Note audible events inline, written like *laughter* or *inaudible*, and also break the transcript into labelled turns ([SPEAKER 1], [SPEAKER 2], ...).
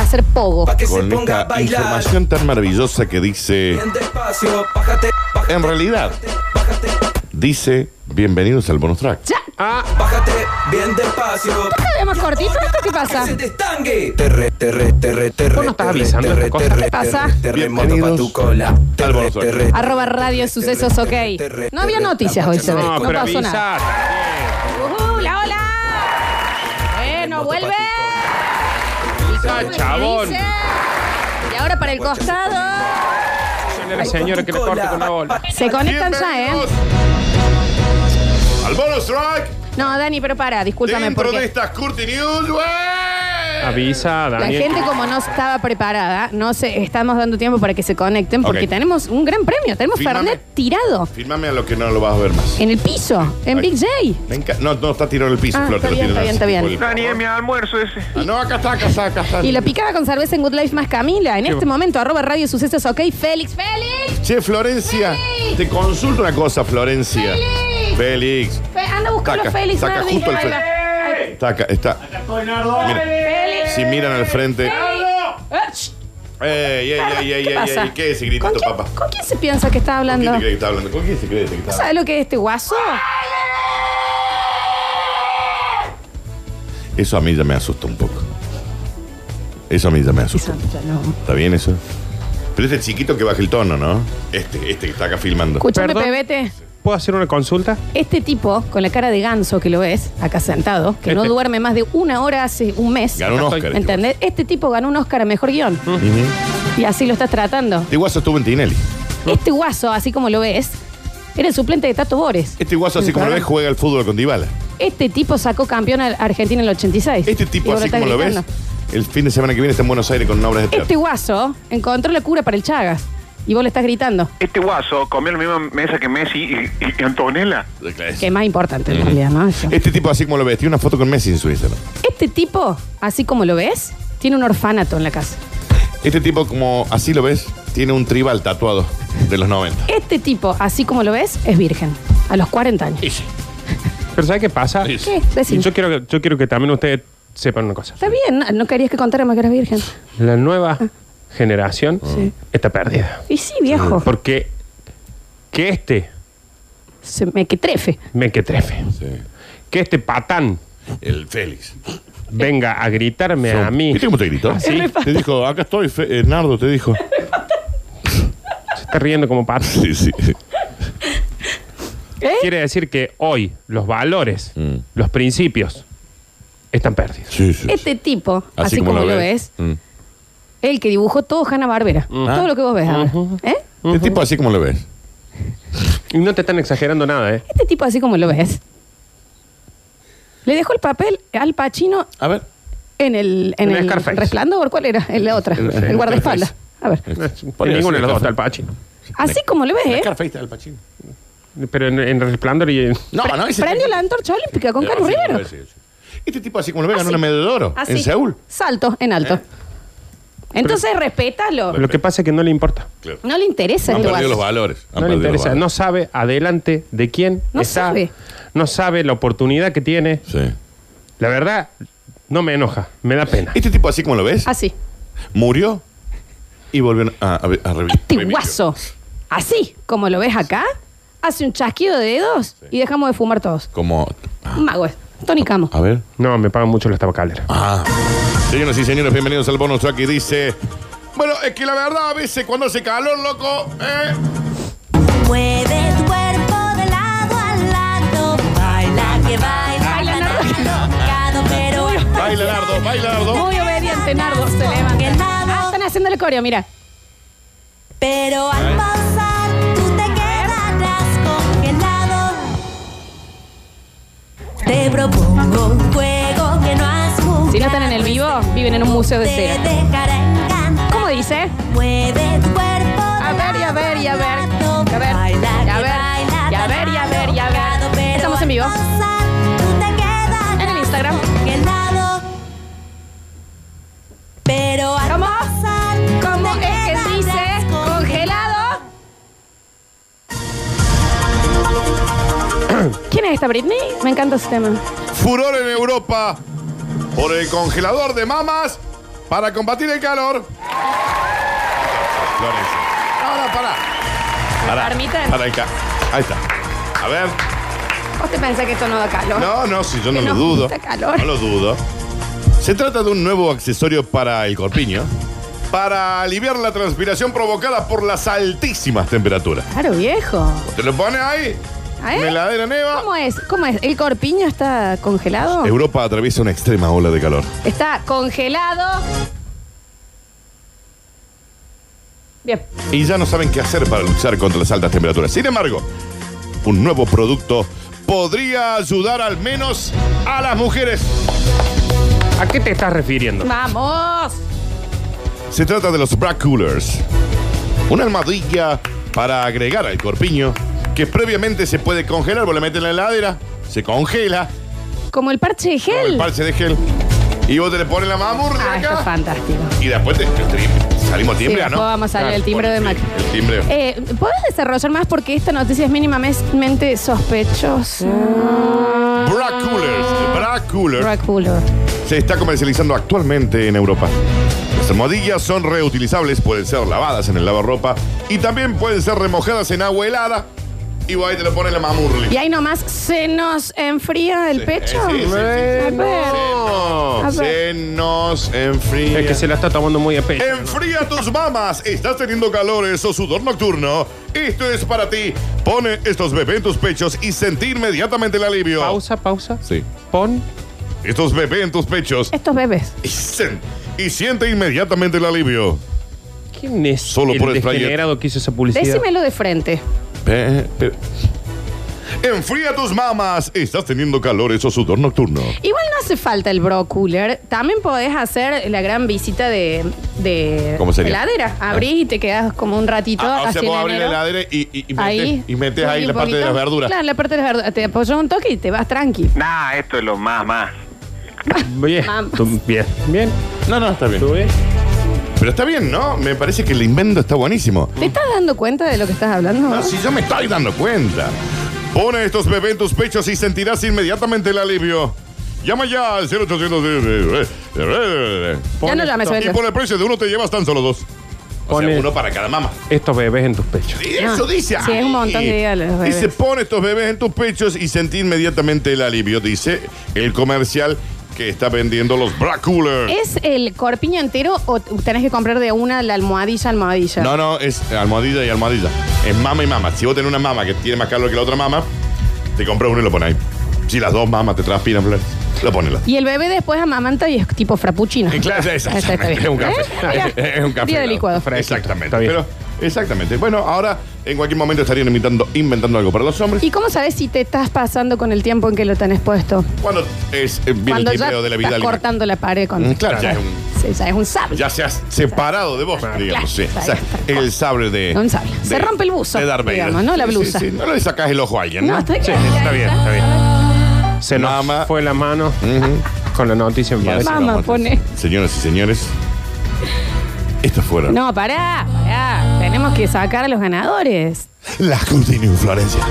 [SPEAKER 1] hacer pogo.
[SPEAKER 2] Pa' que se
[SPEAKER 3] Con
[SPEAKER 2] ponga a
[SPEAKER 3] esta
[SPEAKER 2] bailar.
[SPEAKER 3] información tan maravillosa que dice.
[SPEAKER 2] Bien despacio, bájate, bájate,
[SPEAKER 3] En realidad,
[SPEAKER 2] bájate,
[SPEAKER 3] dice: Bienvenidos al bonus track.
[SPEAKER 1] Ya,
[SPEAKER 4] Ah,
[SPEAKER 2] bájate, bien despacio.
[SPEAKER 1] cada vez más cortito. ¿Esto qué pasa?
[SPEAKER 2] Que se te estangue. Terre, terre, terre, terre.
[SPEAKER 4] ¿Vos no estás
[SPEAKER 2] terre,
[SPEAKER 4] avisando
[SPEAKER 2] terre,
[SPEAKER 4] estas cosas?
[SPEAKER 2] terre,
[SPEAKER 1] ¿Qué pasa?
[SPEAKER 2] terre, Terremoto pa' tu
[SPEAKER 3] Bienvenidos
[SPEAKER 2] cola. Terre,
[SPEAKER 3] Bonus Track.
[SPEAKER 2] terre.
[SPEAKER 1] Arroba radio sucesos, ok. No había noticias hoy, se ve.
[SPEAKER 4] no,
[SPEAKER 1] No
[SPEAKER 4] pero
[SPEAKER 1] pasó nada.
[SPEAKER 4] avisa.
[SPEAKER 1] ¡Hola, hola! Bueno, vuelve.
[SPEAKER 4] Avisa, chabón.
[SPEAKER 1] Dice. Y ahora para el costado.
[SPEAKER 4] Dile a la señora que le corte con la bola.
[SPEAKER 1] Se conectan ya, ¿eh?
[SPEAKER 3] Bienvenidos Al bonus track
[SPEAKER 1] No, Dani, pero para, discúlpame
[SPEAKER 3] dentro de
[SPEAKER 1] porque
[SPEAKER 3] estas Curti News. güey.
[SPEAKER 4] Avisa,
[SPEAKER 1] la
[SPEAKER 4] Daniel.
[SPEAKER 1] gente como no estaba preparada, no se estamos dando tiempo para que se conecten porque
[SPEAKER 3] Ok.
[SPEAKER 1] tenemos un gran premio, tenemos
[SPEAKER 3] Fírmame.
[SPEAKER 1] Fernet tirado
[SPEAKER 3] Fírmame a lo que no lo vas a ver más.
[SPEAKER 1] en el piso, en
[SPEAKER 3] Ahí.
[SPEAKER 1] Big J.
[SPEAKER 3] Me enca- No, no, está tirado en el piso,
[SPEAKER 1] Ah,
[SPEAKER 3] Flor.
[SPEAKER 1] está
[SPEAKER 3] te lo
[SPEAKER 1] bien,
[SPEAKER 3] tiro
[SPEAKER 1] está
[SPEAKER 3] en
[SPEAKER 1] bien,
[SPEAKER 3] el-
[SPEAKER 1] está
[SPEAKER 5] Dani, es mi almuerzo ese.
[SPEAKER 3] Ah, no, acá está, acá está, acá está.
[SPEAKER 1] Y la picada con cerveza en Good Life más Camila. En
[SPEAKER 4] Qué
[SPEAKER 1] este
[SPEAKER 4] bu-
[SPEAKER 1] momento, arroba Radio Sucesos, ok, Félix, Félix.
[SPEAKER 3] Che, Florencia, te consulto una cosa, Florencia. Félix.
[SPEAKER 1] Fe- anda a buscarlo,
[SPEAKER 3] Saca,
[SPEAKER 1] Félix,
[SPEAKER 3] saca
[SPEAKER 1] Nardi.
[SPEAKER 3] justo el
[SPEAKER 1] Ahí
[SPEAKER 3] Félix.
[SPEAKER 1] va. Ahí-
[SPEAKER 3] Está acá, está. Mira,
[SPEAKER 1] Félix.
[SPEAKER 3] si miran al frente.
[SPEAKER 1] Ach,
[SPEAKER 3] ¡Ey, ey, ey, ey,
[SPEAKER 1] Ah, ¿Qué
[SPEAKER 3] ey,
[SPEAKER 1] pasa?
[SPEAKER 3] ey! ¿Qué es ese gritito,
[SPEAKER 1] ¿Con quién-
[SPEAKER 3] papá?
[SPEAKER 1] ¿Con quién se piensa que está
[SPEAKER 3] ¿Con quién
[SPEAKER 1] hablando?
[SPEAKER 3] te cree que está hablando? ¿Con quién se cree que está
[SPEAKER 1] ¿No
[SPEAKER 3] hablando?
[SPEAKER 1] sabe lo que es este guaso?
[SPEAKER 3] Eso a mí ya me asusta un poco. Eso a mí ya me asusta.
[SPEAKER 1] Eso, ya no.
[SPEAKER 3] ¿Está bien eso? Pero este chiquito que baja el tono, ¿no? Este, este que está acá filmando.
[SPEAKER 1] Escúchame,
[SPEAKER 4] Perdón.
[SPEAKER 1] Pebete.
[SPEAKER 4] ¿Puedo hacer una consulta?
[SPEAKER 1] Este tipo, con la cara de ganso que lo ves, acá sentado, que
[SPEAKER 3] *laughs*
[SPEAKER 1] no
[SPEAKER 4] Este.
[SPEAKER 1] duerme más de una hora hace un mes.
[SPEAKER 3] Ganó un
[SPEAKER 4] Acá
[SPEAKER 3] Oscar.
[SPEAKER 4] estoy.
[SPEAKER 3] este
[SPEAKER 1] ¿Entendés? Este tipo ganó un Oscar a mejor
[SPEAKER 3] *laughs*
[SPEAKER 1] guión. Y así lo estás tratando.
[SPEAKER 3] Este guaso estuvo en Tinelli.
[SPEAKER 1] Este guaso, así como lo ves, era el suplente de Tato Bores.
[SPEAKER 3] Este guaso, así como lo ves, juega al fútbol con Dybala.
[SPEAKER 1] Este tipo sacó campeón a Argentina en el 86.
[SPEAKER 3] Este
[SPEAKER 1] Y
[SPEAKER 3] tipo,
[SPEAKER 1] ahora
[SPEAKER 3] así
[SPEAKER 1] está
[SPEAKER 3] como lo ves,
[SPEAKER 1] gritando.
[SPEAKER 3] el fin de semana que viene está en Buenos Aires con una obra de
[SPEAKER 1] Este
[SPEAKER 3] teatro.
[SPEAKER 1] guaso encontró la cura para el Chagas. Y vos le estás gritando.
[SPEAKER 5] Este guaso comió en la misma mesa que Messi y, y- y Antonella.
[SPEAKER 1] Que es más importante en realidad, ¿no? Eso.
[SPEAKER 3] Este tipo, así como lo ves, tiene una foto con Messi en su Instagram.
[SPEAKER 1] Este tipo, así como lo ves, tiene un orfanato en la casa.
[SPEAKER 3] Este tipo, como así lo ves, tiene un tribal tatuado de los 90.
[SPEAKER 1] Este tipo, así como lo ves, es virgen. A los 40 años.
[SPEAKER 4] Pero ¿sabes qué pasa?
[SPEAKER 1] ¿Qué? Decime.
[SPEAKER 4] Yo quiero, que- yo quiero que también ustedes sepan una cosa.
[SPEAKER 1] Está bien, no, no querías que contáramos que eras virgen.
[SPEAKER 4] La nueva
[SPEAKER 1] Ah.
[SPEAKER 4] generación está perdida.
[SPEAKER 1] Y sí, viejo.
[SPEAKER 4] Porque que este
[SPEAKER 1] Se me que trefe.
[SPEAKER 4] mequetrefe, que este patán
[SPEAKER 3] El Félix.
[SPEAKER 4] venga a gritarme a mí,
[SPEAKER 3] ¿Viste cómo te gritó?
[SPEAKER 4] Así.
[SPEAKER 3] Te dijo, acá estoy, Fe- eh, Nardo, te dijo.
[SPEAKER 4] se está riendo como patán.
[SPEAKER 3] *laughs*
[SPEAKER 1] ¿Eh?
[SPEAKER 3] Sí, sí.
[SPEAKER 4] Quiere decir que hoy los valores,
[SPEAKER 3] Mm.
[SPEAKER 4] los principios, están perdidos.
[SPEAKER 3] Sí, sí.
[SPEAKER 1] Este tipo, así, como, lo ves,
[SPEAKER 3] Mm.
[SPEAKER 1] el que dibujó todo Hanna Barbera. Todo lo que vos ves ahora. ¿Eh?
[SPEAKER 3] Este tipo así como lo ves.
[SPEAKER 4] Y no te están exagerando nada, ¿eh?
[SPEAKER 1] Este tipo, así como lo ves, le dejó el papel al Pacino
[SPEAKER 3] A ver.
[SPEAKER 1] en el, en
[SPEAKER 4] En
[SPEAKER 1] el
[SPEAKER 4] Scarface.
[SPEAKER 1] resplandor. ¿Cuál era? En la otra.
[SPEAKER 3] En- en
[SPEAKER 1] El guardaespaldas. A ver.
[SPEAKER 3] Este,
[SPEAKER 4] *laughs*
[SPEAKER 3] Podría
[SPEAKER 4] Ninguno
[SPEAKER 3] ser
[SPEAKER 4] de los dos
[SPEAKER 3] Scarface.
[SPEAKER 4] está el Pachi.
[SPEAKER 1] Así como lo ves, ¿eh?
[SPEAKER 3] Scarface del Pacino.
[SPEAKER 4] Pero en, en Resplandor y en...
[SPEAKER 3] No, no, ese-
[SPEAKER 1] Prendió la antorcha olímpica con
[SPEAKER 3] Así
[SPEAKER 1] Carlos
[SPEAKER 3] como
[SPEAKER 1] Rivero.
[SPEAKER 3] lo ves, Ah, sí, sí. Este tipo así como lo ves, ganó
[SPEAKER 1] Así.
[SPEAKER 3] una medalla de oro
[SPEAKER 1] Así.
[SPEAKER 3] en Seúl.
[SPEAKER 1] Salto, en alto.
[SPEAKER 3] Eh.
[SPEAKER 1] Entonces, respétalo.
[SPEAKER 4] Lo que pasa es que no le importa.
[SPEAKER 1] No le interesa
[SPEAKER 3] Han
[SPEAKER 1] este guaso.
[SPEAKER 3] perdido los valores. Han
[SPEAKER 4] No le
[SPEAKER 3] perdido los
[SPEAKER 4] interesa. No
[SPEAKER 3] valores.
[SPEAKER 4] sabe adelante de quién
[SPEAKER 1] No
[SPEAKER 4] está.
[SPEAKER 1] sabe.
[SPEAKER 4] No sabe la oportunidad que tiene.
[SPEAKER 3] Sí.
[SPEAKER 4] La verdad, no me enoja. Me da
[SPEAKER 3] *laughs*
[SPEAKER 4] pena.
[SPEAKER 3] Este tipo así como lo ves,
[SPEAKER 1] Así.
[SPEAKER 3] murió y volvió a, a, a revivir.
[SPEAKER 1] Este guaso, así como lo ves acá, hace un chasquido de dedos y dejamos de fumar todos.
[SPEAKER 3] Como.
[SPEAKER 1] Un mago es. Tony Camo.
[SPEAKER 3] A ver.
[SPEAKER 4] No, me pagan mucho las tabacaleras.
[SPEAKER 3] Ah. Señoras y señores, bienvenidos al bonus track y dice. Bueno, es que la verdad, a veces cuando hace calor, loco, eh,
[SPEAKER 6] Mueve tu cuerpo de lado a lado. Baila que baila.
[SPEAKER 1] Baila, Nardo.
[SPEAKER 6] Cada pero
[SPEAKER 3] baila Nardo, baila Nardo.
[SPEAKER 1] Muy obediente, Nardo. Se levanta.
[SPEAKER 6] Que el nabo-
[SPEAKER 1] Ah, están haciendo el coreo, mira.
[SPEAKER 6] Pero al pasar tú te quedarás congelado. Te propongo un juego que no has jugado.
[SPEAKER 1] Si no están en el vivo, viven en un museo de
[SPEAKER 6] Te
[SPEAKER 1] cera.
[SPEAKER 6] dejará encantar.
[SPEAKER 1] ¿Cómo dice?
[SPEAKER 6] Mueve tu cuerpo.
[SPEAKER 1] A ver, y a ver, y a ver. Y a ver, y a ver, y a ver, y a ver, y a ver. Estamos en vivo. En el Instagram.
[SPEAKER 6] Pero al
[SPEAKER 1] ¿Cómo?
[SPEAKER 6] pasar,
[SPEAKER 1] ¿Cómo
[SPEAKER 6] te
[SPEAKER 1] es que
[SPEAKER 6] quedarás
[SPEAKER 1] dice? Congelado. *coughs* ¿Quién es esta Britney? Me encanta ese tema.
[SPEAKER 3] Furor en Europa por el congelador de mamas Para combatir el calor. Florencia. No, no, para. Para.
[SPEAKER 1] permiten?
[SPEAKER 3] Para el ca- Ahí está. A ver.
[SPEAKER 1] ¿Vos te pensás que esto no da calor?
[SPEAKER 3] No, no, si yo no
[SPEAKER 1] Que
[SPEAKER 3] lo
[SPEAKER 1] no,
[SPEAKER 3] dudo.
[SPEAKER 1] está calor.
[SPEAKER 3] No lo dudo. Se trata de un nuevo accesorio para el corpiño. Para aliviar la transpiración provocada por las altísimas temperaturas.
[SPEAKER 1] Claro, viejo.
[SPEAKER 3] Te lo pones ahí.
[SPEAKER 1] ¿Ah, eh?
[SPEAKER 3] En la heladera neva.
[SPEAKER 1] ¿Cómo es? ¿Cómo es? ¿El corpiño está congelado?
[SPEAKER 3] Europa atraviesa una extrema ola de calor.
[SPEAKER 1] Está congelado. Bien.
[SPEAKER 3] y ya no saben qué hacer para luchar contra las altas temperaturas. Sin embargo, un nuevo producto podría ayudar al menos a las mujeres.
[SPEAKER 4] ¿A qué te estás refiriendo?
[SPEAKER 1] ¡Vamos!
[SPEAKER 3] Se trata de los Bra Coolers, una almohadilla para agregar al corpiño que previamente se puede congelar, vos la metes en la heladera, se congela,
[SPEAKER 1] Como el parche de
[SPEAKER 3] con el
[SPEAKER 1] gel.
[SPEAKER 3] parche de gel y vos te le pones la mamurria
[SPEAKER 1] Ah, esto es
[SPEAKER 3] acá
[SPEAKER 1] fantástico.
[SPEAKER 3] y después te, te- te- salimos
[SPEAKER 1] Sí,
[SPEAKER 3] timbre, ¿no?
[SPEAKER 1] después vamos a salir
[SPEAKER 3] Claro,
[SPEAKER 1] el timbre de Mac.
[SPEAKER 3] El timbre.
[SPEAKER 1] Eh, ¿Puedes desarrollar más? Porque esta noticia es mínimamente sospechosa.
[SPEAKER 3] Bra Coolers, Bra Coolers.
[SPEAKER 1] Braculo.
[SPEAKER 3] se está comercializando actualmente en Europa. Las almohadillas son reutilizables, pueden ser lavadas en el lavarropa y también pueden ser remojadas en agua helada y vos ahí te lo pone la mamurli.
[SPEAKER 1] Y ahí nomás se nos enfría el
[SPEAKER 3] Sí,
[SPEAKER 1] pecho.
[SPEAKER 3] sí, sí, sí, sí.
[SPEAKER 1] A ver.
[SPEAKER 3] No,
[SPEAKER 1] A ver.
[SPEAKER 3] se nos enfría.
[SPEAKER 4] Es que se la está tomando muy a
[SPEAKER 3] Em,
[SPEAKER 4] pecho.
[SPEAKER 3] Enfría tus mamas. ¿Estás teniendo calores o sudor nocturno? Esto es para ti. Pone estos bebés en tus pechos y sentí inmediatamente el alivio.
[SPEAKER 4] Pausa, pausa.
[SPEAKER 3] Sí.
[SPEAKER 4] Pon.
[SPEAKER 3] Estos bebés en tus pechos
[SPEAKER 1] Estos bebés.
[SPEAKER 3] y, sen- y siente inmediatamente el alivio.
[SPEAKER 4] ¿Quién es
[SPEAKER 3] Solo
[SPEAKER 4] el
[SPEAKER 3] por el flyer.
[SPEAKER 4] degenerado que hizo esa publicidad?
[SPEAKER 1] Decímelo de frente.
[SPEAKER 3] Pe- pe- Enfría tus mamas. Estás teniendo calores o sudor nocturno.
[SPEAKER 1] Igual no hace falta el bro cooler. También podés hacer la gran visita de, de
[SPEAKER 3] ¿Cómo sería?
[SPEAKER 1] heladera. Abrís y te quedas como un ratito.
[SPEAKER 3] Ah, o sea,
[SPEAKER 1] así
[SPEAKER 3] vos
[SPEAKER 1] en
[SPEAKER 3] abrís la
[SPEAKER 1] enero.
[SPEAKER 3] heladera y, y, y metes
[SPEAKER 1] Ahí.
[SPEAKER 3] ahí, y metes ahí
[SPEAKER 1] un
[SPEAKER 3] la parte de
[SPEAKER 1] poquito.
[SPEAKER 3] las verduras.
[SPEAKER 1] Claro, la parte de las verduras. Te apoyas un toque y te vas tranqui.
[SPEAKER 5] Nah, esto es lo más, más.
[SPEAKER 4] Bien.
[SPEAKER 1] Vamos.
[SPEAKER 4] tú- Bien. Bien.
[SPEAKER 3] No, no, está bien.
[SPEAKER 4] ¿Tú eh. ves?
[SPEAKER 3] Pero está bien, ¿no? Me parece que el invento está buenísimo.
[SPEAKER 1] ¿Te estás dando cuenta de lo que estás hablando?
[SPEAKER 3] Ah, si yo me estoy dando cuenta. Pone estos bebés en tus pechos y sentirás inmediatamente el alivio. Llama ya al 0800.
[SPEAKER 1] ya no llames,
[SPEAKER 3] Y
[SPEAKER 1] Belver.
[SPEAKER 3] por el precio de uno te llevas tan solo dos. O sea,
[SPEAKER 4] Pone-
[SPEAKER 3] uno para cada mamá.
[SPEAKER 4] Estos bebés en tus pechos.
[SPEAKER 3] Y Eso
[SPEAKER 1] Ah,
[SPEAKER 3] dice.
[SPEAKER 1] sí, es un montón de días los bebés.
[SPEAKER 3] Dice, pon estos bebés en tus pechos y sentí inmediatamente el alivio, dice el comercial que está vendiendo los Black Coolers.
[SPEAKER 1] ¿Es el corpiño entero o t- tenés que comprar de una la almohadilla almohadilla?
[SPEAKER 3] No, no, es almohadilla y almohadilla. Es mama y mama. Si vos tenés una mama que tiene más calor que la otra mama, te compras uno y lo pones ahí. Si las dos mamas te transpiran, Flor, lo pones.
[SPEAKER 1] Y el bebé después amamanta y es tipo frappuccino. Ah,
[SPEAKER 3] En
[SPEAKER 1] *laughs*
[SPEAKER 3] clase,
[SPEAKER 1] Está- está
[SPEAKER 3] exactamente.
[SPEAKER 1] bien.
[SPEAKER 3] Es un café.
[SPEAKER 1] ¿Eh?
[SPEAKER 3] *laughs* Es un café.
[SPEAKER 1] Día de
[SPEAKER 3] helado.
[SPEAKER 1] licuado.
[SPEAKER 3] Exactamente.
[SPEAKER 4] Está bien.
[SPEAKER 3] Pero, exactamente. Bueno, ahora en cualquier momento estarían inventando, inventando algo para los hombres.
[SPEAKER 1] ¿Y cómo sabes si te estás pasando con el tiempo en que lo tenés puesto?
[SPEAKER 3] Cuando es eh, viene
[SPEAKER 1] Cuando
[SPEAKER 3] el
[SPEAKER 1] ya
[SPEAKER 3] tipeo de la vida
[SPEAKER 1] estás
[SPEAKER 3] libre.
[SPEAKER 1] cortando la pared con...
[SPEAKER 3] Mm, claro, ya es un-
[SPEAKER 1] Sí, ya es un sable.
[SPEAKER 3] Ya se has separado de vos, digamos. sí.
[SPEAKER 1] claro,
[SPEAKER 3] O sea,
[SPEAKER 1] claro.
[SPEAKER 3] el sable de.
[SPEAKER 1] Un sable. Se rompe el buzo,
[SPEAKER 3] De Darth Vader.
[SPEAKER 1] digamos, ¿no? La
[SPEAKER 3] Sí, sí,
[SPEAKER 1] blusa.
[SPEAKER 3] sí. No le sacás el ojo a alguien, ¿no?
[SPEAKER 1] No, está
[SPEAKER 4] Sí,
[SPEAKER 1] bien.
[SPEAKER 4] está bien, está bien. Se nos
[SPEAKER 3] Mama.
[SPEAKER 4] fue la mano
[SPEAKER 3] Ujú.
[SPEAKER 4] con la noticia en
[SPEAKER 3] Y así
[SPEAKER 4] parece.
[SPEAKER 1] Mama,
[SPEAKER 3] vamos a-
[SPEAKER 1] pone.
[SPEAKER 3] Señoras y señores, estas fueron
[SPEAKER 1] No, pará, pará. Tenemos que sacar a los ganadores.
[SPEAKER 3] las Coutinho Florencia.